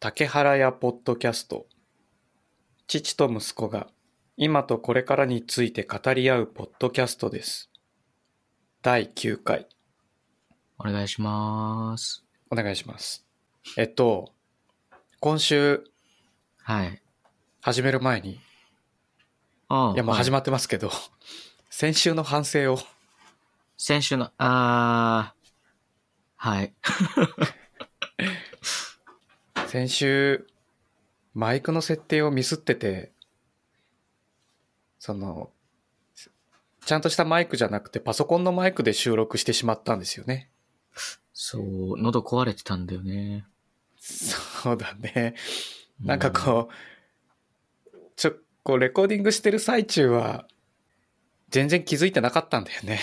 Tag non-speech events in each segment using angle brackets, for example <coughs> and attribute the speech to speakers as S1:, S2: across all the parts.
S1: 竹原屋ポッドキャスト父と息子が今とこれからについて語り合うポッドキャストです第9回
S2: お願いします。
S1: お願いしますえっと今週
S2: はい。
S1: 始める前に
S2: ああ
S1: いやもう始
S2: ま
S1: まってますけど、先週の反省を
S2: 先週の、あー、はい。
S1: 先週マイクの設定をミスっててそのちゃんとしたマイクじゃなくてパソコンのマイクで収録してしまったんですよね
S2: そう、喉壊れてたんだよね。
S1: そうだね。
S2: う
S1: なんかこう、ちょ、こう、レコーディングしてる最中は、全然気づいてなかったんだよね。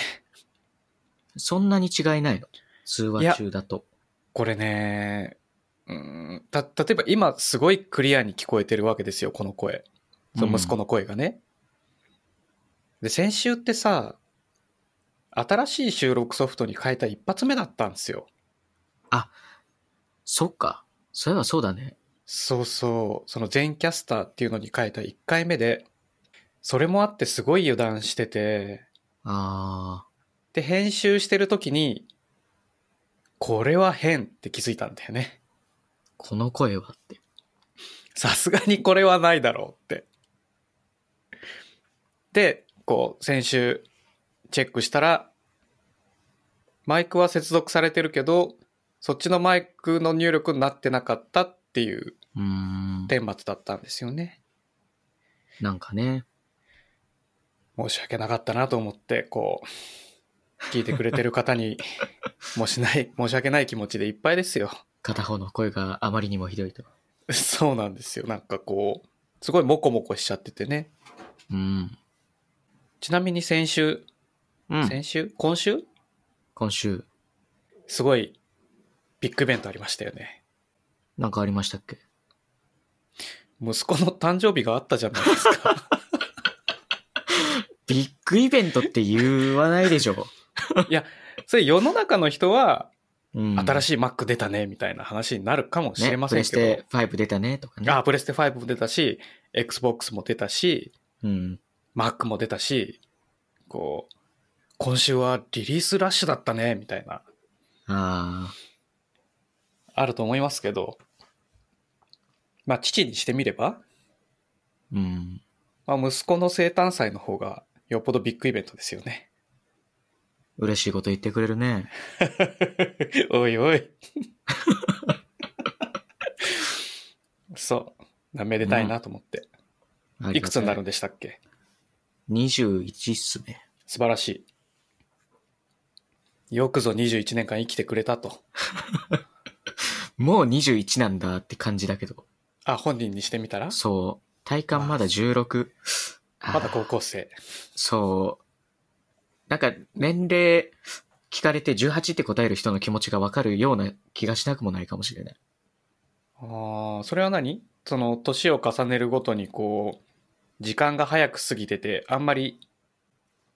S2: そんなに違いないの通
S1: いや
S2: 話中だと。
S1: これね、うん、た、例えば今すごいクリアに聞こえてるわけですよ、この声。その息子
S2: の。
S1: の声がね。で、先週ってさ、新しい収録ソフトに変えた一発目だったんですよ。
S2: そっか。そういえばそうだね。
S1: そうそう、その全キャスターっていうのに変えた1回目で、それもあってすごい油断してて、
S2: あ
S1: で、編集してる時に、これは変って気づいたんだよね。 <laughs>
S2: ー、この声はって。
S1: さすがにこれはないだろうって。で、こう、先週、チェックしたら、マイクは接続されてるけど、そっちのマイクの入力になってなかったっていう
S2: うーん。
S1: 顛末だったんですよね。
S2: なんかね。
S1: 申し訳なかったなと思って、こう、聞いてくれてる方に、もしない、申し訳ない気持ちでいっぱいですよ。
S2: 片方の声があまりにもひどいと。
S1: <laughs> そうなんですよ。なんかこう、すごいモコモコしちゃっててね。
S2: うん。
S1: ちなみに先週、
S2: うん。
S1: 先週今週
S2: 今週、
S1: すごいビッグイベントありましたよね。
S2: なんかありましたっけ
S1: 息子の誕生日があったじゃないです
S2: <laughs>
S1: か。
S2: ビッグイベントって言わないでしょ。
S1: それ世の中の人は、
S2: うん。
S1: 新
S2: い
S1: しい Mac 出たね、みたいな話になるかもし
S2: ね、
S1: れませんけど。
S2: プレステ5出たねとかね。
S1: あ、プレステ5も出たし、Xbox も出たし、
S2: うん。
S1: Mac も出たし、こう、今週はリリースラッシュだったね、みたいな、
S2: あ
S1: あると思いますけど、まあ、父にしてみれば、
S2: あ、うん。
S1: まあ、息子の生誕祭の方がよっぽどビッグイベントですよね。
S2: 嬉しいこと言ってくれるね。
S1: <laughs> おいおい。 <laughs> そう。めでたいなと思って。
S2: ありがた
S1: いくつになるんでしたっけ
S2: ?21 っすね。
S1: 素晴らしい。よくぞ21年間生きてくれたと。
S2: もう21なんだって感じだけど。
S1: あ、本人にしてみたら
S2: そう。体感まだ16。
S1: まだ高
S2: あー
S1: 校生。
S2: そう。なんか、年齢聞かれて18って答える人の気持ちがわかるような気がしなくもないかもしれない。
S1: ああ、それは何その、年を重ねるごとにこう、時間が早く過ぎてて、あんまり、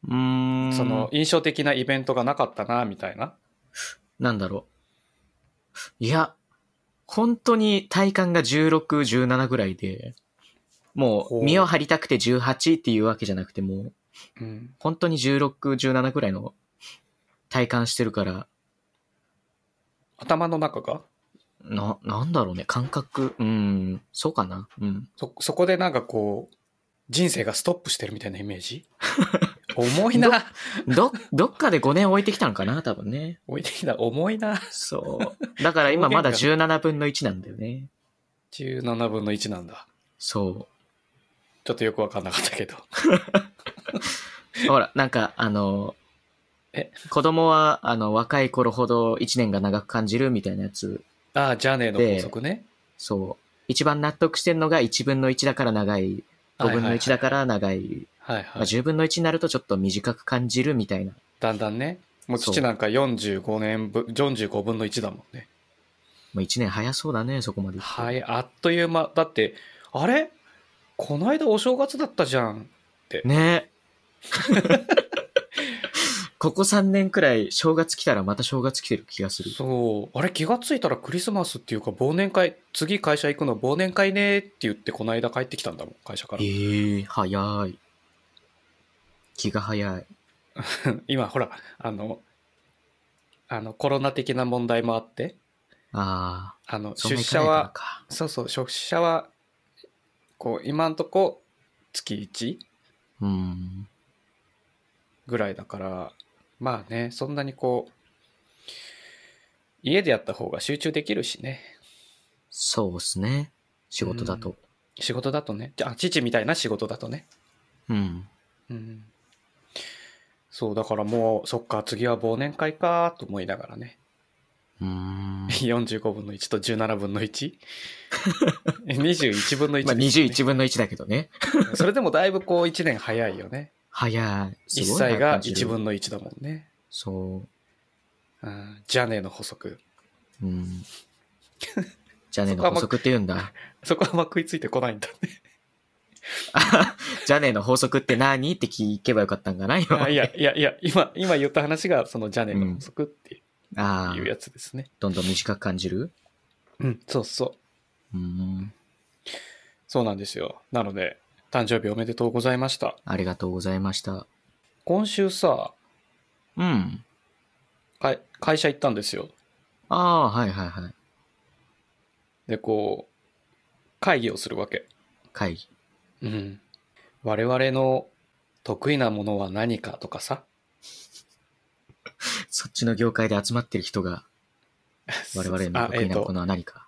S2: うーん。
S1: その、、印象的なイベントがなかったな、みたいな。
S2: なんだろう。いや、本当に体感が16、17ぐらいで、も
S1: ほう
S2: う身を張りたくて18っていうわけじゃなくても、
S1: うん。
S2: 本当に16、17ぐらいの体感してるから、
S1: 頭の中が
S2: な、なんだろうね、感覚、うん、そうかな、うん。
S1: そ、そこでなんかこう、人生がストップしてるみたいなイメー
S2: <laughs>
S1: ジ重いな。 <laughs>
S2: ど、どっかで5年置いてきたのかな、多分ね。
S1: 置いてきた。重いな。
S2: そう。だから今まだ17分の1なんだよね。
S1: 17分の1なんだ。
S2: そう。
S1: ちょっとよくわかんなかったけど。
S2: ほら、なんか、あの、
S1: え
S2: 子供は、あの、若い頃ほど一年が長く感じるみたいなやつ、
S1: ああ、じゃあねーの
S2: で
S1: 法則ね。
S2: そう。一番納得してるのが1分の1だから長い、5分の1だから長い、
S1: はいはいはい。
S2: まあ、10分の1になるとちょっと短く感じるみたいな。
S1: だんだんね。もう
S2: そう
S1: 父なんか45年分、45分の1だもんね。
S2: もう1年早そうだね、そこまで行って。
S1: はい、あっという間。だって、あれこないだお正月だったじゃん。
S2: ね <laughs> ここ3年くらい正月来たらまた正月来てる気がする。
S1: そう。あれ気がついたらクリスマスっていうか忘年会、次会社行くの忘年会ねって言ってこの間帰ってきたんだもん、会社から
S2: ええ。早い。気が早い。
S1: 今ほら、あの、あのコロナ的な問題もあって、
S2: ああ、
S1: あの、
S2: そ
S1: 出
S2: んな行
S1: 社
S2: かないから
S1: は、
S2: か。
S1: そうそう、出社は、こう、今んとこ月 1?
S2: うん。
S1: ぐらいだからまあねそんなにこう家でやった方が集中できるしね
S2: そうっすね。仕事だと。
S1: 仕事だとねあ父みたいな仕事だとね
S2: うん。
S1: うんそうだからもうそっか次は忘年会かと思いながらね <laughs>
S2: うん。
S1: 45分の1と17分の
S2: <laughs>
S1: 1?21 分の1、
S2: まあ、21分の1だけどね。
S1: それでもだいぶこう1年早いよね
S2: 早い。 <laughs> す
S1: 1
S2: ごい
S1: 歳が
S2: 感じる
S1: 1分の1だもんね、
S2: そ
S1: うん、ジャネの補足 <laughs>
S2: う。 <laughs> うん。ジャネの法則って言うんだ。
S1: そこはあんま食いついてこないんだ
S2: <laughs>
S1: ね
S2: ジャネの法則って何って聞けばよかったんかな今ま
S1: あ
S2: で
S1: いやいやいや今今言った話がそのジャネの補足っていう
S2: ああ
S1: いうやつですね。
S2: どんどん短く感じる
S1: うん、そうそう。
S2: うん。
S1: そうなんですよ。なので、誕生日おめでとうございました。
S2: ありがとうございました。
S1: 今週さ、
S2: うん。
S1: かい会社行ったんですよ。
S2: ああ、はいはいはい。
S1: で、こう、会議をするわけ。
S2: 会議。
S1: うん。我々の得意なものは何かとか <laughs> さ。
S2: そっちの業界で集まってる人が、我々の
S1: あ、えっ、
S2: 得意なも
S1: と、
S2: のは何か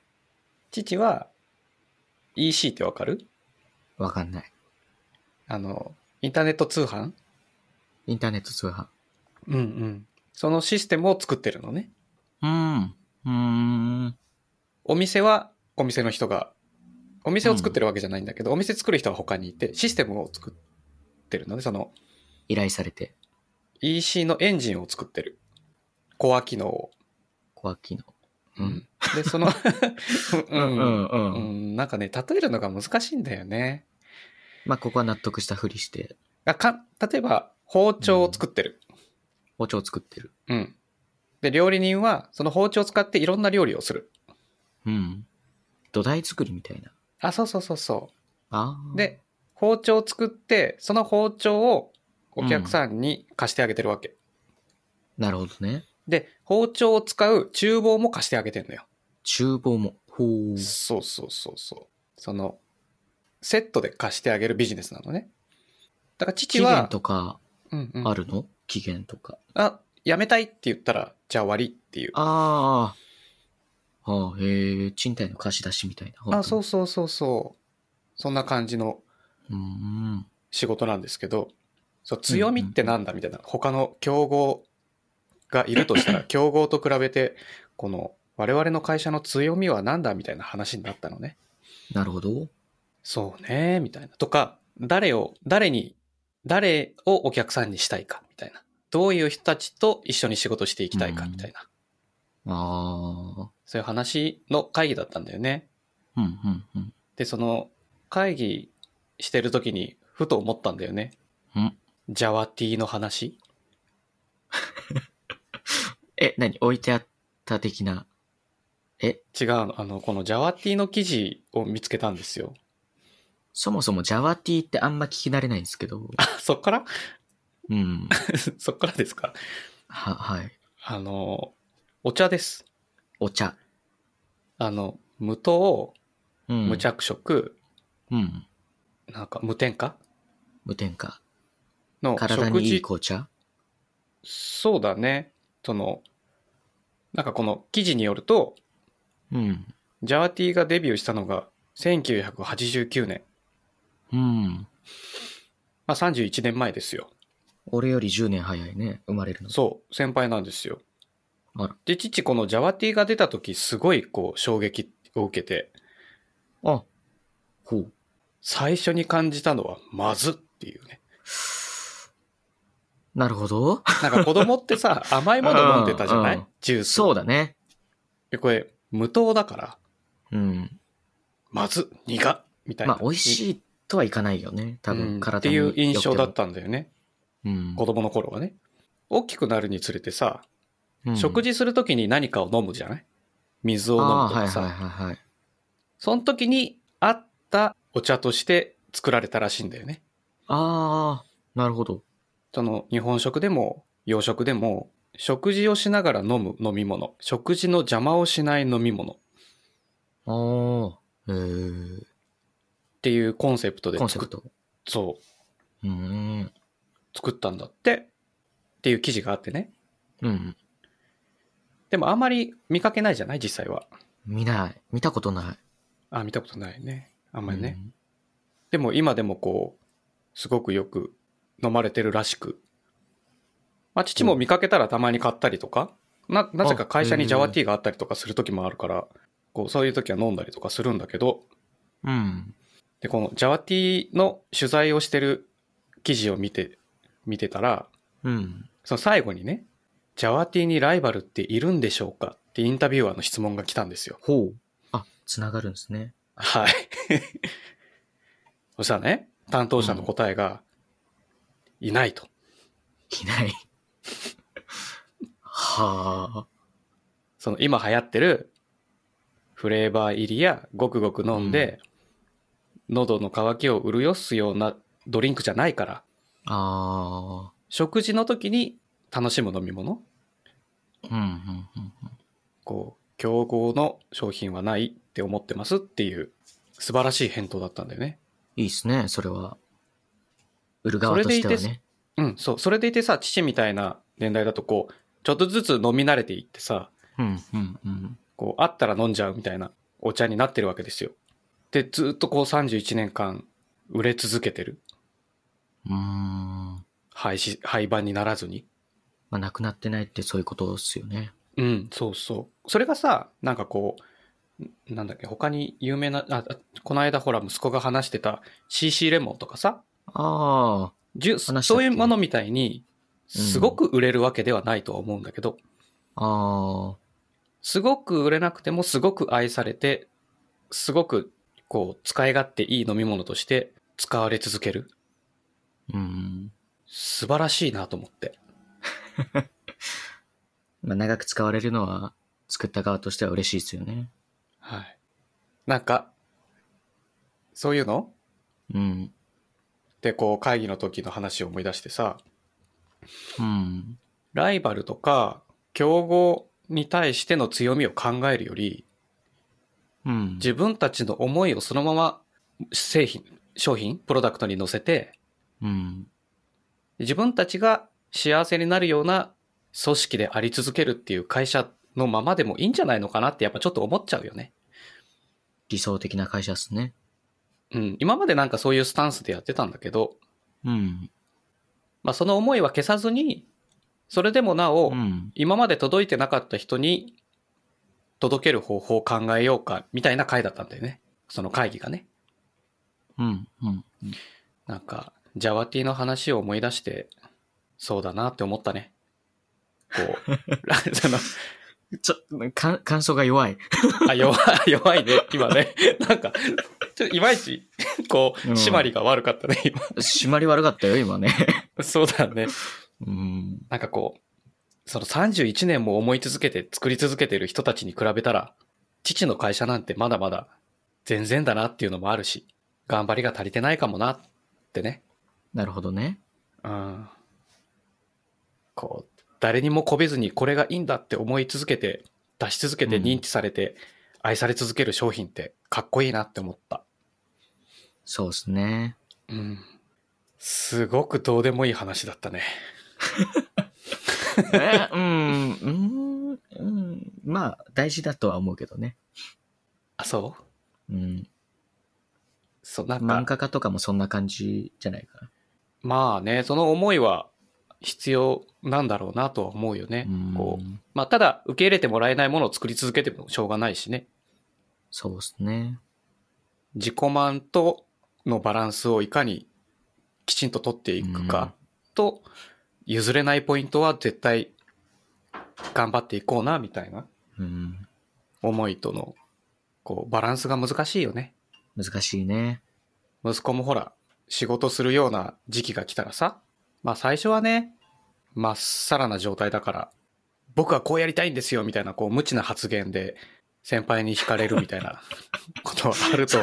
S1: 父は EC ってわかる
S2: わかんない。
S1: あの、インターネット通販
S2: インターネット通販。
S1: うんうん。そのシステムを作ってるのね。
S2: うん。うーん。
S1: お店はお店の人が、お店を作ってるわけじゃないんだけど、お店作る人は他にいて、システムを作ってるので、その
S2: 依頼されて、
S1: EC のエンジンを作ってる。コア機能を。
S2: コア機能。
S1: うん。で、 <laughs> その、う
S2: うん
S1: ん、うん、
S2: う。
S1: うんん。なんかね、例えるのが難しいんだよね。
S2: まあ、ここは納得したふりして、
S1: あか例えば、包丁を作ってる。
S2: 包丁を作ってる。
S1: うん。で、料理人は、その包丁を使っていろんな料理をする。
S2: うん。土台作りみたいな。
S1: あ、そうそうそうそう。
S2: ああ。
S1: で、包丁を作って、その包丁をお客さんに貸してあげてるわけ。
S2: なるほどね。
S1: で、包丁を使う厨房も貸してあげてんのよ。
S2: 厨房も。ほう。
S1: そうそうそうそう。その、セットで貸してあげるビジネスなのね。だから
S2: 期
S1: 父
S2: 限
S1: は、
S2: とか
S1: うんうん
S2: あるの期限とか。
S1: あ、やめたいって言ったら、じゃあ終わりっていう。
S2: ああ。ああ、へえ、賃貸の貸し出しみたいな。。
S1: あ、そううそうそうそう。そんな感じの
S2: うん。
S1: 仕事なんですけど、そう強みってなんだみたいな、他の競合がいると
S2: <laughs>
S1: したら、競合と比べて、この我々の会社の強みは何だみたいな話になったのね。
S2: なるほど。
S1: そうね、みたいな。とか、誰を、誰に、誰をお客さんにしたいか、みたいな。どういう人たちと一緒に仕事していきたいか、
S2: うん
S1: みたいな。
S2: あ
S1: そういう話の会議だったんだよね。
S2: あ。うん、うん、うん。
S1: で、その会議してる時に、ふと思ったんだよね。
S2: うん
S1: ジャワティの話
S2: え、何置いてあった的な。え、
S1: 違うの。あの、このジャワティの記事を見つけたんです
S2: <laughs>
S1: よ。
S2: そもそもジャワティってあんま聞き慣れないんですけど。
S1: そっから <laughs>
S2: うん。
S1: そっからですか
S2: は、はい。
S1: あの、お茶です。
S2: お茶。
S1: あの、無糖、
S2: うん。
S1: 無。着色、
S2: うん。
S1: なんか無添加
S2: 無添加。
S1: の
S2: 体
S1: 食
S2: にい
S1: 事
S2: い紅茶
S1: そうだね。その、なんかこの記事によると、
S2: うん。
S1: ジャワティがデビューしたのが1989年。
S2: うん。
S1: まあ31年前ですよ。
S2: 俺より10年早いね、生まれるの。
S1: そう、先輩なんですよ
S2: あら。
S1: で、父、このジャワティが出た時、すごいこう衝撃を受けて、
S2: あ、ほう。
S1: 最初に感じたのはまずっていう
S2: <laughs>
S1: ね。
S2: なる
S1: <laughs>
S2: ほど。
S1: なんか子供ってさ、甘いもの飲んでたじゃな
S2: うんう
S1: い
S2: ん
S1: ジュース。
S2: そうだね。
S1: でこれ、無糖だから、
S2: うん。
S1: まず、苦、みたいな。
S2: まあ、美味
S1: い。
S2: しいとはいかないよね。多
S1: うん
S2: 分、
S1: って
S2: 体に
S1: い
S2: 良
S1: う
S2: くても。
S1: 印象だったんだよね。
S2: うん。
S1: 子供の頃はね。大きくなるにつれてさ、
S2: うん
S1: 食事するときに何かを飲むじゃない水を飲
S2: あ
S1: む
S2: あ
S1: と
S2: はい
S1: かさ、
S2: はいはいはい。
S1: その時にあったお茶として作られたらしいんだよね。
S2: ああ、なるほど。
S1: その日本食でも洋食でも食事をしながら飲む飲み物、食事の邪魔をしない飲み物っ
S2: ああ、えー、
S1: ていうコンセプトで
S2: コン
S1: 作
S2: セ
S1: っ
S2: プト。
S1: そう
S2: うーん。
S1: 作ったんだってっていう記事があってね。
S2: うん。
S1: でもあんまり見かけないじゃない実際は。
S2: 見ない。見たことない。
S1: あ、見たことないね。あん
S2: あ
S1: まりね。でも今でもこう、すごくよく飲まれてるらしく。まあ父も見かけたらたまに買ったりとか、な、なぜか会社にジャワティーがあったりとかする時もあるから、こう、そういう時は飲んだりとかするんだけど、
S2: うん。
S1: で、このジャワティーの取材をしてる記事を見て、見てたら、
S2: うん。
S1: その最後にね、ジャワティーにライバルっているんでしょうかってインタビュアーの質問が来たんですよ。
S2: ほう。あ、つながるんですね。
S1: はい。そしたらね、担当者の答えが、いないと。
S2: いない。 <laughs> はあ。
S1: その今流行ってるフレーバー入りやごくごく飲んで、喉の渇きを潤すようなドリンクじゃないから、
S2: あ
S1: 食事の時に楽しむ飲み物、
S2: あ。うん、うん、うん。
S1: こう、競合の商品はないって思ってますっていう素晴らしい返答だったんだよね。
S2: いいっすね、それは。売る側としては
S1: それで
S2: ね。
S1: うん、そう。それでいてさ、父みたいな年代だとこう、ちょっとずつ飲み慣れていってさ、
S2: うん、うん、うん。
S1: こう、あったら飲んじゃうみたいなお茶になってるわけですよ。で、ずっとこう31年間売れ続けてる。
S2: うーん。ま
S1: 廃止、廃盤にならずに。
S2: あ、なくなってないってそういうことっすよね。
S1: うん、そうそう。それがさ、なんかこう、んなんだっけ、他に有名な、あ、あこの間ほら息子が話してた CC レモンとかさ、
S2: ああ。
S1: ジュー
S2: 話
S1: ス、
S2: したっ
S1: そ
S2: け
S1: ういうものみたいに、
S2: うん
S1: すごく売れるわけではないとは思うんだけど、
S2: ああ。
S1: すごく売れなくてもすごく愛されて、すごくこう、使い勝手いい飲み物として使われ続ける。
S2: うん。
S1: 素晴らしいなと思って。
S2: まあ、長く使われるのは、作った側としては嬉しいですよね。
S1: はい。なんか、そういうの
S2: うん。
S1: でこう会議の時の話を思い出してさ
S2: うん。
S1: ライバルとか競合に対しての強みを考えるより
S2: うん。
S1: 自分たちの思いをそのまま製品商品プロダクトに乗せて
S2: うん。
S1: 自分たちが幸せになるような組織であり続けるっていう会社のままでもいいんじゃないのかなってやっぱちょっと思っちゃうよね。
S2: 理想的な会社っすね。
S1: うん。今までなんかそういうスタンスでやってたんだけど、
S2: うん。
S1: まあその思いは消さずに、それでもなお、
S2: うん。
S1: 今まで届いてなかった人に届ける方法を考えようかみたいな会だったんだよね。その会議がね。
S2: うん。うん。
S1: なんか、ジャワティの話を思い出して、そうだなって思ったね。こう、 <laughs> らそ
S2: <laughs>
S1: の、
S2: ちょ、か感想が弱い。
S1: あ、弱い、 <laughs> 弱いね、今ね。なんか、ちょっといまいち、こう、
S2: うん
S1: 締まりが悪かったね、今。
S2: 締まり悪かったよ、今ね。
S1: そうだね。
S2: うん。
S1: なんかこう、その31年も思い続けて作り続けてる人たちに比べたら、父の会社なんてまだまだ全然だなっていうのもあるし、頑張りが足りてないかもなってね。
S2: なるほどね。
S1: うん。こう、誰にもこびずにこれがいいんだって思い続けて、出し続けて
S2: うん
S1: 認知されて、愛され続ける商品ってかっこいいなって思った。
S2: そうっすね。
S1: うん。すごくどうでもいい話だったね。
S2: えうん、うん、うん。まあ、大事だとは思うけどね。
S1: あ、そう
S2: うん。
S1: そう、なんか
S2: 漫。画家とかもそんな感じじゃないか
S1: まあね、その思いは必要なんだろうなとは思うよね
S2: な。。うん。
S1: こうまあ、ただ、受け入れてもらえないものを作り続けてもしょうがないしね。
S2: そうっすね。
S1: 自己満とのバランスをいかにきちんと取っていくかと、譲れないポイントは絶対頑張っていこうな、みたいな
S2: うん。
S1: 思いとの、こう、バランスが難しいよね。
S2: 難しいね。
S1: 息子もほら、仕事するような時期が来たらさ、まあ最初はね、まっさらな状態だから、僕はこうやりたいんですよみたいな、こう、無知な発言で、先輩に惹かれるみたいな <laughs> ことはあると。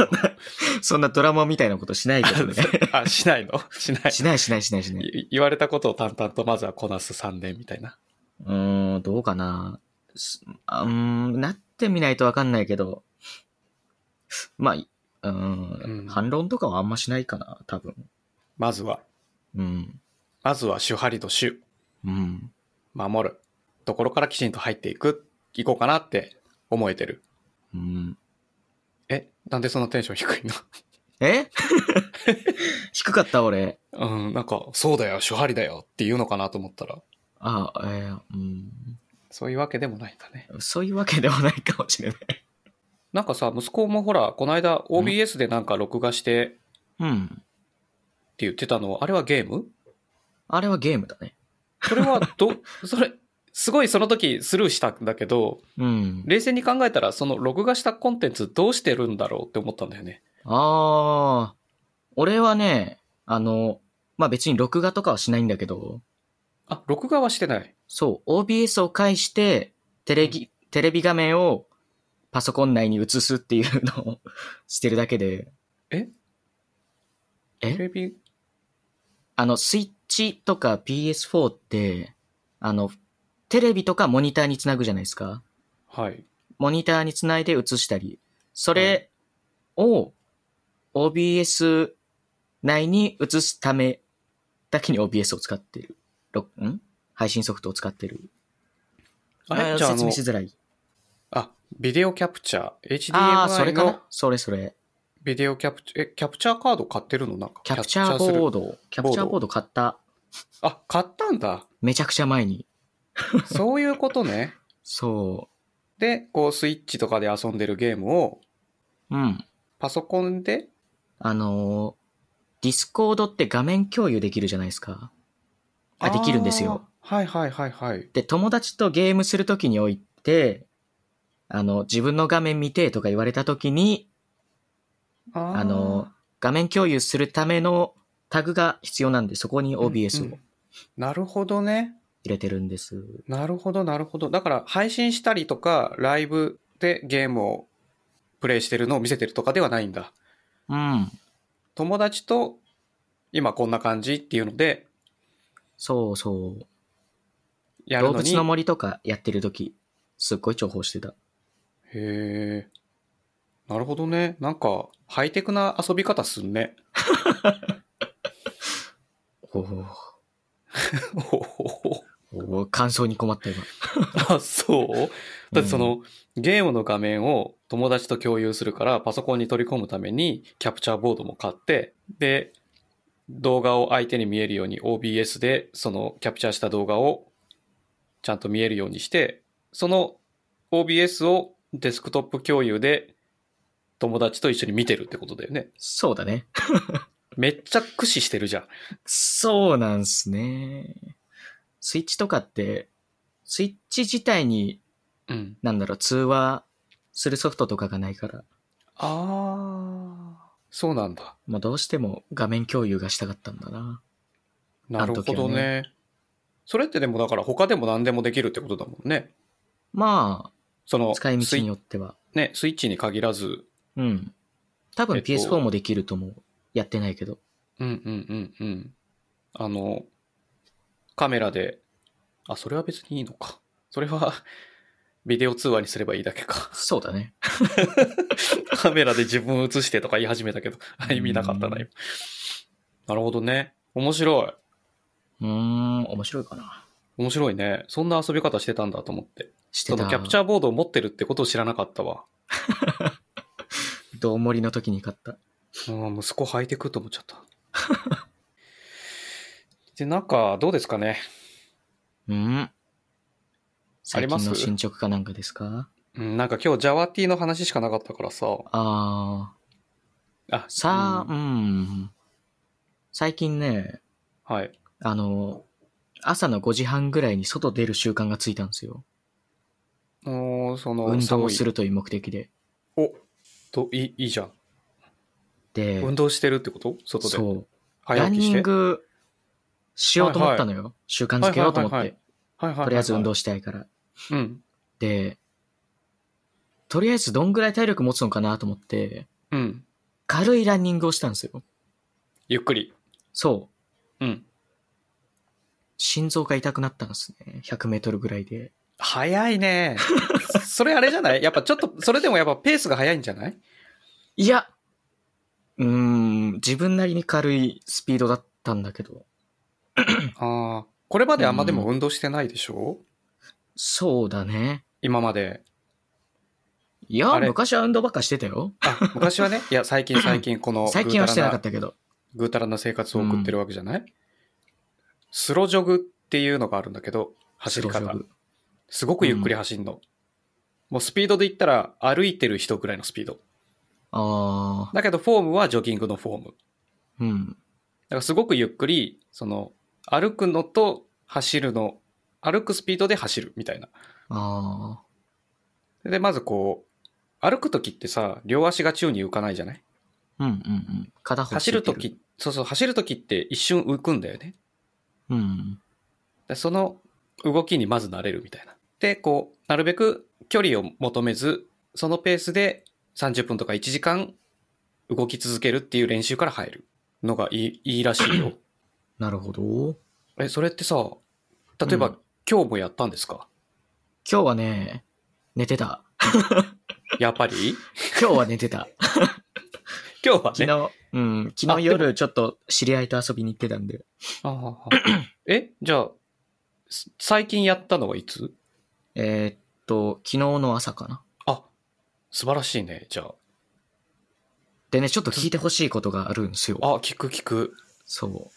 S2: そんなドラマみたいなことしないけ
S1: <laughs>
S2: どね。
S1: あ、しないのしない。
S2: しないしないしないしない。
S1: い言われたことを淡々とまずはこなす3年みたいな。
S2: うーん、どうかな。すあうーん、なってみないとわかんないけど、まあ、いうーん、
S1: うん
S2: 反論とかはあんましないかな、多分。
S1: まずは、
S2: うん。
S1: まずは主張りと主、
S2: うん。
S1: 守るところからきちんと入っていく、いこうかなって思えてる。
S2: うん。
S1: え、なんでそんなテンション低い
S2: え <laughs> 低かった、俺。
S1: のうん、なんか、そうだよ、主張りだよって言うのかなと思ったら、
S2: ああ、えーうん。
S1: そういうわけでもないんだね。
S2: そういうわけではないかもしれない。
S1: なんかさ、息子もほら、この間 OBS でなんか録画してって
S2: うん。
S1: 言ってたの、あれはゲーム
S2: あれはゲームだね。
S1: それは
S2: <laughs>
S1: ど、それ、すごいその時スルーしたんだけど、
S2: うん。
S1: 冷静に考えたら、その録画したコンテンツどうしてるんだろうって思ったんだよね。
S2: ああ、俺はね、あの、まあ、別に録画とかはしないんだけど、
S1: あ、録画はしてない。
S2: そう、OBS を介して、テレビ、テレビ画面をパソコン内に映すっていうのを <laughs> してるだけで、え
S1: テレビ、
S2: あの、スイッチとか PS4 って、あの、テレビとかモニターにつなぐじゃないですか。
S1: はい。
S2: モニターにつないで映したり、それを OBS 内に映すためだけに OBS を使ってる。ろん配信ソフトを使ってる。
S1: あれ
S2: ー
S1: じゃああ
S2: 説
S1: の
S2: 明しづらい。
S1: あ、ビデオキャプチャー。
S2: ああー、それ
S1: HDMI
S2: か
S1: の
S2: なそれそれ。
S1: ビデオキャプチャー、え、キャプチャーカード買ってるのなんか。
S2: キャプチャー
S1: キャプチャーする
S2: ボード。キャプチャーボード買った。
S1: あ、買ったんだ。
S2: めちゃくちゃ前に。
S1: そういうことね。
S2: そ
S1: で、こうスイッチとかで遊んでるゲームを、
S2: う。うん。
S1: パソコンで、
S2: あのー、ディスコードって画面共有できるじゃないですか。あ、できるんですよ。
S1: あー。はいはいはいはい。
S2: で、友達とゲームするときにおいて、あの、自分の画面見てとか言われたときに、
S1: あー
S2: あの、画面共有するためのタグが必要なんで、そこに OBS
S1: うんう
S2: を
S1: んなるほどね。
S2: 入れてるんです。
S1: なるほどなるほど。だから配信したりとか、ライブでゲームをプレイしてるのを見せてるとかではないんだ。
S2: うん。
S1: 友達と、今こんな感じっていうので、
S2: そうそう。
S1: やる
S2: 動
S1: のに。
S2: 物の森とかやってるとき、すっごい重宝してた。
S1: へえ。なるほどね。なんか、ハイテクな遊び方すんね。 <laughs>
S2: お
S1: ほ
S2: ー
S1: ほほ
S2: おー感想に困った今。
S1: あ、そうだってその、ゲームの画面を友達と共有するから、パソコンに取り込むために、キャプチャーボードも買って、で、動画を相手に見えるように OBS で、そのキャプチャーした動画をちゃんと見えるようにして、その OBS をデスクトップ共有で友達と一緒に見てるってことだよね。
S2: そうだね。
S1: めっちゃ駆使してるじゃん。
S2: そうなんすね。スイッチとかって、スイッチ自体に
S1: うん。
S2: なんだろう、通話するソフトとかがないから、
S1: ああ、そうなんだ。
S2: もうどうしても画面共有がしたかったんだな。
S1: なるほ
S2: あの
S1: ど
S2: 時は
S1: ね。それってでもだから他でも何でもできるってことだもんね。
S2: ま
S1: そ
S2: あ、
S1: の
S2: 使い
S1: ス
S2: 道
S1: イ
S2: によっては。
S1: ね、スイッチに限らず。
S2: うん。多分
S1: えっと
S2: PS4 もできると思う。やってないけど。
S1: うんうんうんうん。あの、カメラで、あ、それは別にいいのか。それは、 <laughs> ビデオ通話にすればいいだけか。 <laughs>
S2: そうだね。
S1: カメラで自分を映してとか言い始めたけど、 <laughs> あ意味なかったな、
S2: うん
S1: 今。なるほどね。面白い。
S2: うーん、面白いかな。
S1: 面白いね。そんな遊び方してたんだと思って。
S2: して
S1: そ
S2: た。
S1: のキャプチャーボードを持ってるってことを知らなかったわ。
S2: どうもりの時に買った。
S1: うん、息子履いてくと思っちゃった。 <laughs> で、なんか、どうですかね。
S2: うん。
S1: あ
S2: 最
S1: りま
S2: 近
S1: す
S2: の進捗かなんかですか
S1: うん、なんか今日、ジャワティーの話しかなかったからさ。
S2: あー。
S1: あ、
S2: さあ、
S1: うん
S2: うん。最近ね、
S1: はい。
S2: あの、朝の5時半ぐらいに外出る習慣がついたんですよ。
S1: もう、その、
S2: 運動を
S1: 寒い
S2: するという目的で。
S1: おといい、いいじゃん。
S2: で、
S1: 運動してるってこと外で。
S2: そう。
S1: 早
S2: ラ
S1: 起
S2: ン
S1: きし
S2: ニン
S1: て。
S2: グ、しようと思ったのよ。習慣づけようと思って。
S1: はいはいはいはい。
S2: とりあえず運動
S1: し
S2: したいから。
S1: うん。
S2: で、とりあえずどんぐらい体力持つのかなと思って、
S1: うん。
S2: 軽いランニングをしたんですよ。
S1: ゆっくり。
S2: そう。
S1: うん。
S2: 心臓が痛くなったんですね。100メートルぐらいで。
S1: 早いね。 <laughs> それあれじゃないやっぱちょっと、それでもやっぱペースが早いんじゃない
S2: いや、うーん、自分なりに軽いスピードだったんだけど、
S1: ああ。これまであんまでも
S2: う
S1: 運動してないでしょ、
S2: そうだね。
S1: 今まで。
S2: いや、
S1: あれ
S2: 昔は運動ばっかしてたよ。
S1: あ、昔はね。いや、最近最近このぐ
S2: 最
S1: う
S2: 近
S1: た
S2: はしてな
S1: ら
S2: かっ
S1: な、
S2: たけど。
S1: ぐうたらな生活を送ってるわけじゃない、スロジョグっていうのがあるんだけど、走り
S2: スロ
S1: 方
S2: ージョ。グ
S1: すごくゆっくり走んの。もうスピードで言ったら歩いてる人ぐらいのスピード。
S2: ああ、
S1: だけどフォームはジョギングのフォーム。
S2: うん。
S1: だからすごくゆっくり、その、歩くのと走るの、歩くスピードで走るみたいな。
S2: ああ、
S1: で、まずこう、歩くときってさ、両足が宙に浮かないじゃない
S2: うんうんうん。片方つい
S1: 走
S2: て
S1: ると。き、そうそう、走るときって一瞬浮くんだよね。
S2: うん。
S1: でその動きにまず慣れるみたいな。で、こう、なるべく距離を求めず、そのペースで30分とか1時間動き続けるっていう練習から入るのがいいいいらしい <coughs> よ。
S2: なるほど。
S1: え、それってさ、例えば、
S2: うん
S1: 今日もやったんですか
S2: 今日はね、寝てた。
S1: やっぱり
S2: 今日は寝て
S1: <laughs>
S2: た。
S1: <coughs> 今日は
S2: 昨
S1: ね。
S2: 日、うん、
S1: あ
S2: 昨
S1: でも
S2: 日夜ちょっと知り合いと遊びに行ってたんで。
S1: あははえ、じゃあ、す最近やったのはいつ
S2: えーっと、昨日の朝かな。
S1: あ、素晴らしいね。じゃあ。
S2: でね、ちょっと聞いてほしいことがあるんですよ。
S1: あ、聞く聞く。
S2: そう。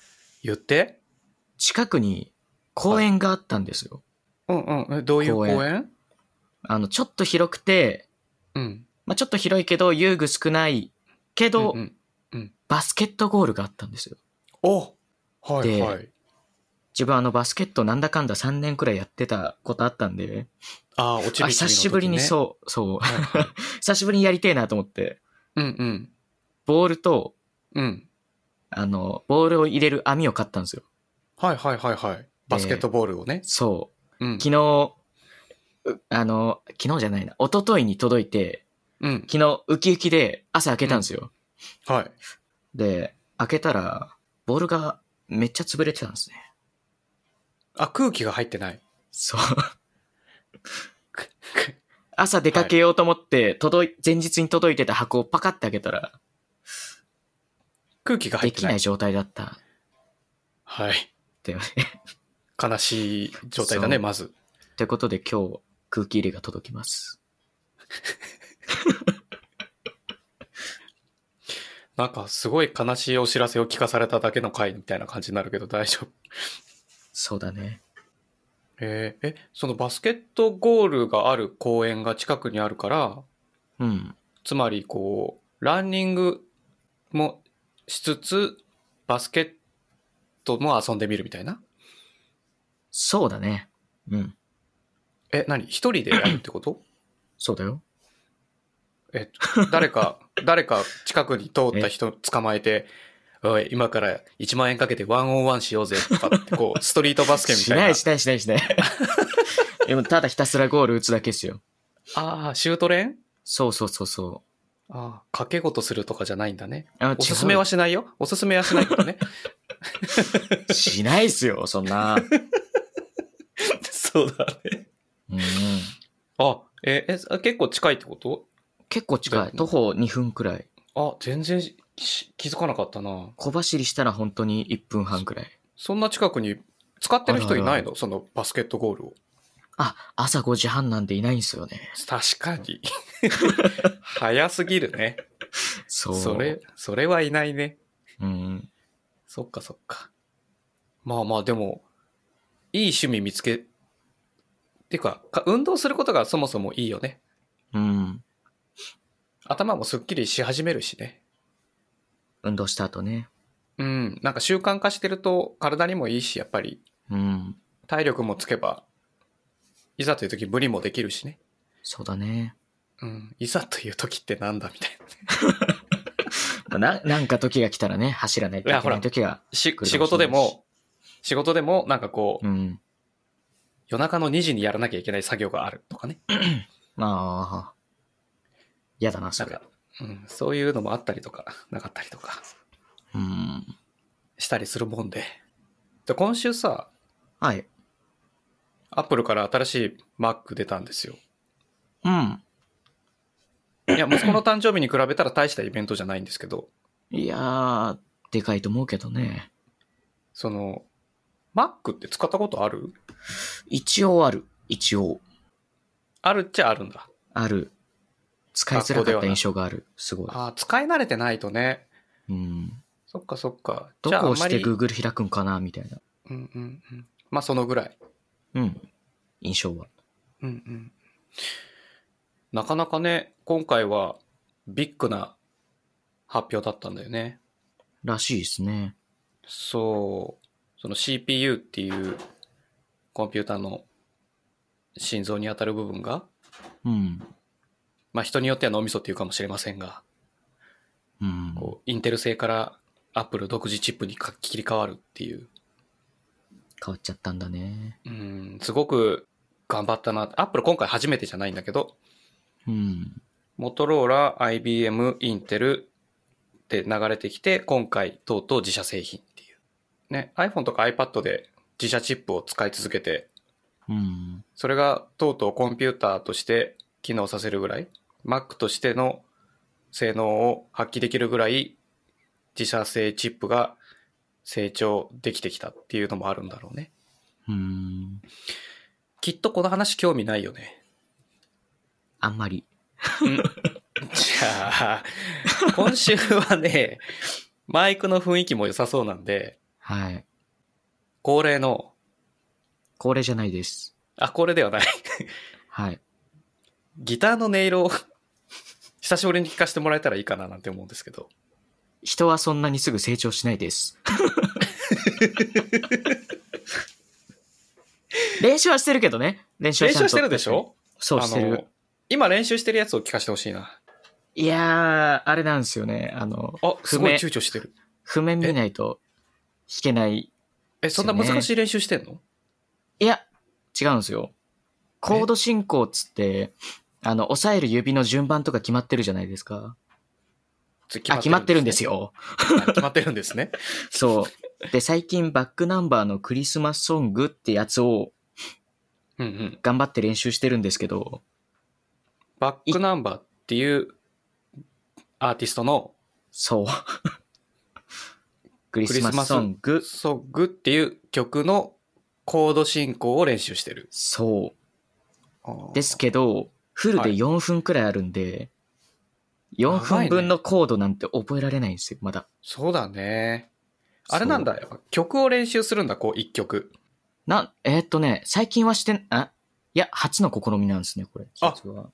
S1: 言って。
S2: 近くに公園があったんですよ。
S1: うんうん。えどういう公園
S2: 公あの、ちょっと広くて、
S1: うん。
S2: まあ、ちょっと広いけど、遊具少ないけど、
S1: うんうん
S2: バスケットゴールがあったんですよ。
S1: おはい
S2: で
S1: はい。
S2: 自分あのバスケットなんだかんだ3年くらいやってたことあったんで、
S1: あ、落ち
S2: あ久しぶりにそう、そう、
S1: はいは
S2: <laughs> 久しぶりにやりてえなと思って、
S1: う。うんうん。
S2: ボールと、
S1: うん。
S2: あの、ボールを入れる網を買ったんですよ。
S1: はいはいはいはい。バスケットボールをね。
S2: そうう。
S1: ん。
S2: 昨日、うあの、昨日じゃないな、一昨日に届いて、
S1: うん。
S2: 昨日、ウキウキで朝開けたんですよ。
S1: はい。
S2: で、開けたら、ボールがめっちゃ潰れてたんですね。
S1: あ、空気が入ってない。
S2: そう。 <laughs> 朝出かけようと思って、届い、前日に届いてた箱をパカって開けたら、
S1: 空気が入
S2: で
S1: って
S2: き
S1: な。
S2: ないい状態だった。
S1: はい。
S2: <laughs> だよね。
S1: 悲しい状態だね、
S2: そう
S1: まず。
S2: ということで今日、空気入れが届きます。
S1: なんかすごい悲しいお知らせを聞かされただけの回みたいな感じになるけど大丈夫。
S2: そうだね。
S1: えーえ、そのバスケットゴールがある公園が近くにあるから、
S2: うん。
S1: つまりこう、ランニングもしつつ、バスケットも遊んでみるみたいな。
S2: そうだね。うん。
S1: え、何一人でやるってこと <laughs>
S2: そうだよ。
S1: え、誰か、誰か近くに通った人捕まえて、おい、今から1万円かけてワンオンワンしようぜとかって、こ <laughs> う、ストリートバスケみ
S2: した
S1: いな。
S2: ないしないしないしない。
S1: <laughs>
S2: でもただひたすらゴール打つだけですよ。
S1: ああ、シュート練
S2: そうそうそうそ
S1: ああ、掛け事するとかじゃないんだね。
S2: う。あ
S1: おすすめはしないよ。おすすめはしないけどね。
S2: 違うしないっすよ、そんな。
S1: <laughs> そうだね。
S2: うん、
S1: あ、え、え、あ結構近いってこと
S2: 結構近い。徒歩2分くらい。
S1: あ、全然しし気づかなかったな。
S2: 小走りしたら本当に1分半くらい。
S1: そんな近くに使ってる人い
S2: あ
S1: な
S2: る
S1: いのそのバスケットゴールを。
S2: あ、朝5時半なんでいないんですよね。
S1: 確かに。 <laughs> 早すぎるね。
S2: そう。
S1: それ、それはいないね。
S2: うん。
S1: そっかそっか。まあまあでも、いい趣味見つけ、っていうか、か運動することがそもそもいいよね。
S2: うん。
S1: 頭もすっきりし始めるしね。
S2: 運動した後ね。
S1: うん。なんか習慣化してると体にもいいし、やっぱり
S2: うん。
S1: 体力もつけば、いざという時無理もできるしね。
S2: そうだね。
S1: うん。いざという時ってなんだみたいな。
S2: まあな、なんか時が来たらね、走らないといけない時が。
S1: し
S2: 来るかもしれないし
S1: 仕事でも、仕事でもなんかこう、
S2: うん。
S1: 夜中の2時にやらなきゃいけない作業があるとかね。
S2: まあ、嫌だな、そ
S1: なん
S2: れ
S1: か。、うん、そういうのもあったりとか、なかったりとか、
S2: うん。
S1: したりするもんで。で、今週さ、
S2: はい。
S1: アップルから新しい Mac 出たんですよ。
S2: うん。
S1: いや、息子の誕生日に比べたら大したイベントじゃないんですけど、
S2: いやー、でかいと思うけどね。
S1: その、Mac って使ったことある
S2: 一応ある。一応。
S1: あるっちゃあるんだ。
S2: ある。使いづらかった印象がある。すごい。
S1: ああ、使い慣れてないとね。
S2: うん。
S1: そっかそっか。
S2: ど
S1: じゃあ
S2: こ
S1: あ
S2: を
S1: んま
S2: し
S1: り、
S2: て
S1: うん
S2: Google 開くんかな、みたいな。
S1: うんうん。まあそのぐらい。
S2: うん。印象は。
S1: うんうん。なかなかね、今回はビッグな発表だったんだよね。
S2: らしいですね。
S1: そう。その CPU っていうコンピューターの心臓に当たる部分が、
S2: うん。
S1: まあ人によっては脳みそっていうかもしれませんが、
S2: うん。
S1: こう、インテル製からアップル独自チップにか切り替わるっていう、
S2: 変わっちゃったんだね。
S1: うん、すごく頑張ったな。アップル今回初めてじゃないんだけど、
S2: うん。
S1: モトローラ、IBM、インテルって流れてきて、今回とうとう自社製品っていう。ね、iPhone とか iPad で自社チップを使い続けて、
S2: うん。
S1: それがとうとうコンピューターとして機能させるぐらい、Mac としての性能を発揮できるぐらい、自社製チップが成長できてきたっていうのもあるんだろうね。
S2: うん。
S1: きっとこの話興味ないよね。
S2: あんまり。
S1: じゃあ、今週はね、マイクの雰囲気も良さそうなんで、
S2: はい。
S1: 恒例の、
S2: これじゃないです。
S1: あ、これではない。 <laughs>
S2: はい。
S1: ギターの音色を <laughs> 久しぶりに聞かせてもらえたらいいかななんて思うんですけど。
S2: 人はそんなにすぐ成長しないです。 <laughs> 練習はしてるけどね。練習は
S1: 練
S2: ちゃん
S1: 習
S2: と
S1: してるでしょ
S2: そうして
S1: あ
S2: る
S1: の。今練習してるやつを聞かせてほしいな。
S2: いやー、あれなんですよね。あの、
S1: あ、すごい
S2: 譜面
S1: 躊躇してる。
S2: 譜面見ないと弾けない。
S1: え、そんな難しい練習してんの
S2: いや、違うんですよ。コード進行っつって、あの、押さえる指の順番とか決まってるじゃないですか。
S1: つ
S2: あ、決まってるんです。よ。
S1: あ <laughs> 決まってるんですね。
S2: そう。で、最近バックナンバーのクリスマスソングってやつを
S1: うんうん。
S2: 頑張って練習してるんですけど、
S1: バックナンバーっていうアーティストの
S2: そう。クリスマスソング、
S1: ソグっていう曲のコード進行を練習してる。
S2: そ
S1: あー
S2: う。ですけど、フル
S1: は
S2: で
S1: い
S2: 4分くらいあるんで、4
S1: 長い
S2: 分
S1: ね
S2: 分のコードなんて覚えられないんですよ、まだ。
S1: そうだね。あれなんだよ。曲を練習するんだ、こう、一曲。
S2: な、えーっとね、最近はしてん、あいや、初の試みなんですね、これ。
S1: あ
S2: 実は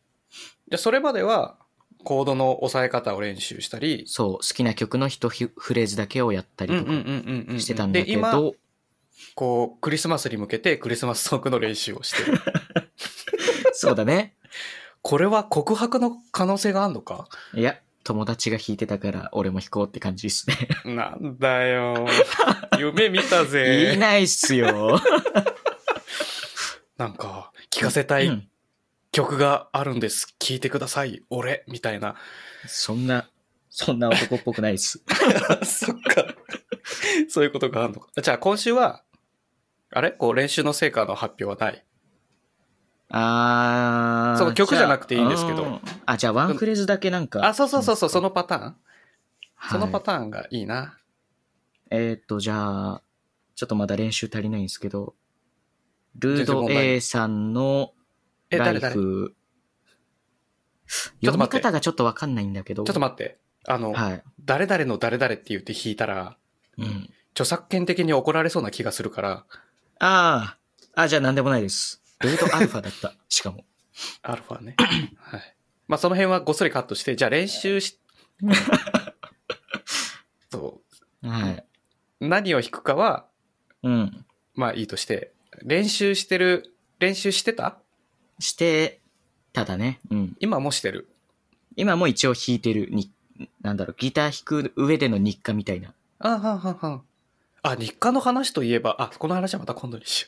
S1: じゃあそれまでは、コードの押さえ方を練習したり、
S2: そう、好きな曲の一フフレーズだけをやったりとか
S1: んう
S2: してたんだけ
S1: で、今、
S2: ど、
S1: こう、クリスマスに向けてクリスマスソングの練習をして <laughs> る。
S2: <laughs> そうだね。
S1: これは告白の可能性があるのか
S2: いや、友達が弾いてたから、俺も弾こうって感じですね。
S1: なんだよ。 <laughs> 夢見た
S2: 言え
S1: ぜ。
S2: ないっすよ。
S1: なんか、聞かせた
S2: う
S1: い
S2: ん
S1: 曲があるんです。聞いてください。俺。みたい <laughs> な。
S2: そんな、そんな男っぽくない
S1: <laughs>
S2: っす。
S1: そっか。そういうことがあるのか。じゃあ今週は、あれこう練習の成果の発表はない。
S2: あー。
S1: そう曲じゃなくていいんですけど
S2: じゃあ。うんあ、じゃあワンフレーズだけなんか。
S1: あ、そうそうそうそう、そのパターン。
S2: は
S1: そ
S2: い。
S1: のパターンがいいな。
S2: えーっと、じゃあ、ちょっとまだ練習足りないんですけど、ルー
S1: 全然
S2: ド
S1: 問題ない
S2: A さんの
S1: え、
S2: ラ
S1: 誰
S2: イ
S1: 誰ちょちょ
S2: フ、
S1: っと
S2: 読
S1: 待
S2: み
S1: って
S2: 方がちょっとわかんないんだけど。
S1: っと待って。あの、
S2: はい。
S1: 誰々の誰々って言って弾いたら、
S2: うん。
S1: 著作権的に怒られそうな気がするから、
S2: あー。あ、じゃあなんでもないです。ルードアルファだった。 <laughs> しかも。
S1: アルファね。
S2: <clears throat>
S1: はい。まあその辺はごっそりカットして、じゃあ練習
S2: <laughs>
S1: し、そ
S2: はい。
S1: う、何を弾くかは、
S2: うん。
S1: まあいいとして、練習してる、練習してた
S2: して、ただね。うん。
S1: 今もしてる。
S2: 今も一応弾いてるに、なんだろう、ギター弾く上での日課みたいな。
S1: あはんはんはん。あ、日課の話といえば、あ、この話はまた今度に
S2: <laughs>
S1: しよ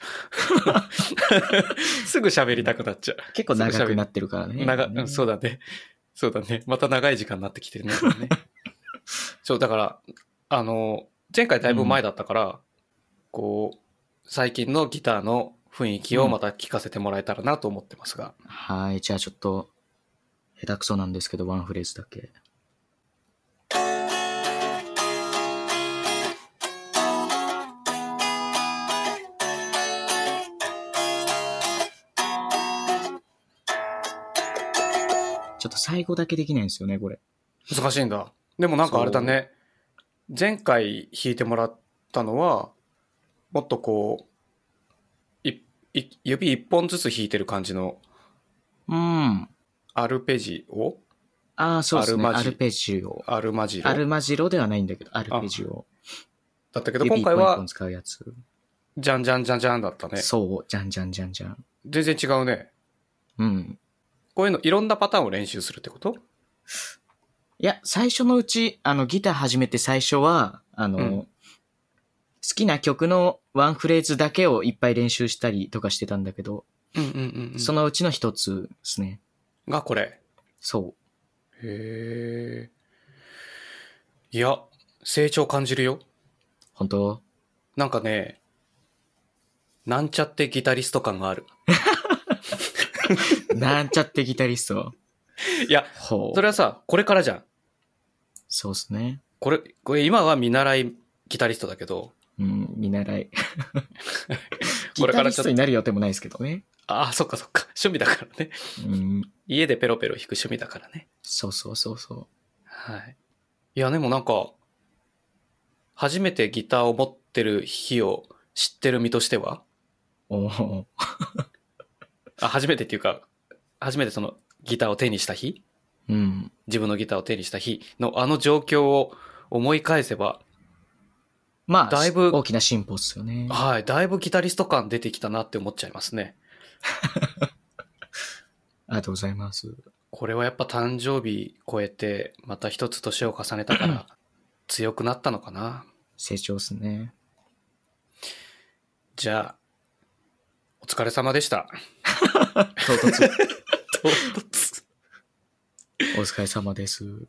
S1: う。 <laughs> すぐ喋りたくなっちゃう。
S2: 結構長くなってるからね。
S1: 長、うんそう
S2: う
S1: だね。 <laughs> そうだね。また長い時間になってき
S2: <laughs>
S1: てるね。これねそう、だから、あの、前回だいぶ前だったから、こう、最近のギターの雰囲気をまた聞かせてもらえたらなと思ってますが。
S2: はい、じゃあちょっと、下手くそなんですけど、ワンフレーズだけ。ちょっと最後だけできないんですよね、これ。
S1: 難しいんだ。でもなんかあれだね。前回弾いてもらったのは、もっとこう、いい指一本ずつ弾いてる感じの
S2: うん。
S1: アルペジオ
S2: ああ、そうですね。
S1: アルマ
S2: ア
S1: ジ
S2: ルペジオ。
S1: アルマジロ
S2: アルマジロではないんだけど、アルペジオ。
S1: だったけど、
S2: 指
S1: 今回
S2: 一本一
S1: は
S2: 本、使うやつ。
S1: じゃんじゃんじゃんじゃんだったね。
S2: そう、じゃんじゃんじゃんじゃん。
S1: 全然違うね。
S2: うん。
S1: こういうの、いろんなパターンを練習するってこと
S2: いや、最初のうち、あの、ギター始めて最初は、あの、
S1: うん
S2: 好きな曲のワンフレーズだけをいっぱい練習したりとかしてたんだけど、
S1: うんうん
S2: そのうちの一つですね。
S1: がこれ。
S2: そ
S1: へえ。いや、成長感じるよ。
S2: う。本当
S1: なんかね、なんちゃってギタリスト感がある。
S2: なんちゃってギタリスト。
S1: <laughs> いや、
S2: ほう。
S1: それはさ、これからじゃん。
S2: そうですね。
S1: これ、これ今は見習いギタリストだけど、
S2: うん、見習い。ギ
S1: <laughs> これ
S2: タ
S1: から
S2: リ
S1: ちょっ
S2: スト
S1: と
S2: になる予定もないですけどね。
S1: ああ、そっかそっか。趣味だからね。
S2: うん、
S1: 家でペロペロ弾く趣味だからね。
S2: そうそうそうそ
S1: はい。いや、でもなんか、初めてギターを持ってる日を知ってる身としては、
S2: う。おお。
S1: あ、初めてっていうか、初めてそのギターを手にした日、
S2: うん。
S1: 自分のギターを手にした日のあの状況を思い返せば、
S2: まあ、
S1: だいぶ
S2: 大きな進歩っすよね。
S1: はい、だいぶギタリスト感出てきたなって思っちゃいますね。
S2: ありがとうございます。
S1: これはやっぱ誕生日超えて、また一つ年を重ねたから、強くなったのかな。
S2: 成長っすね。
S1: じゃあ、お疲れ様でした。
S2: 唐突。お疲れ様です。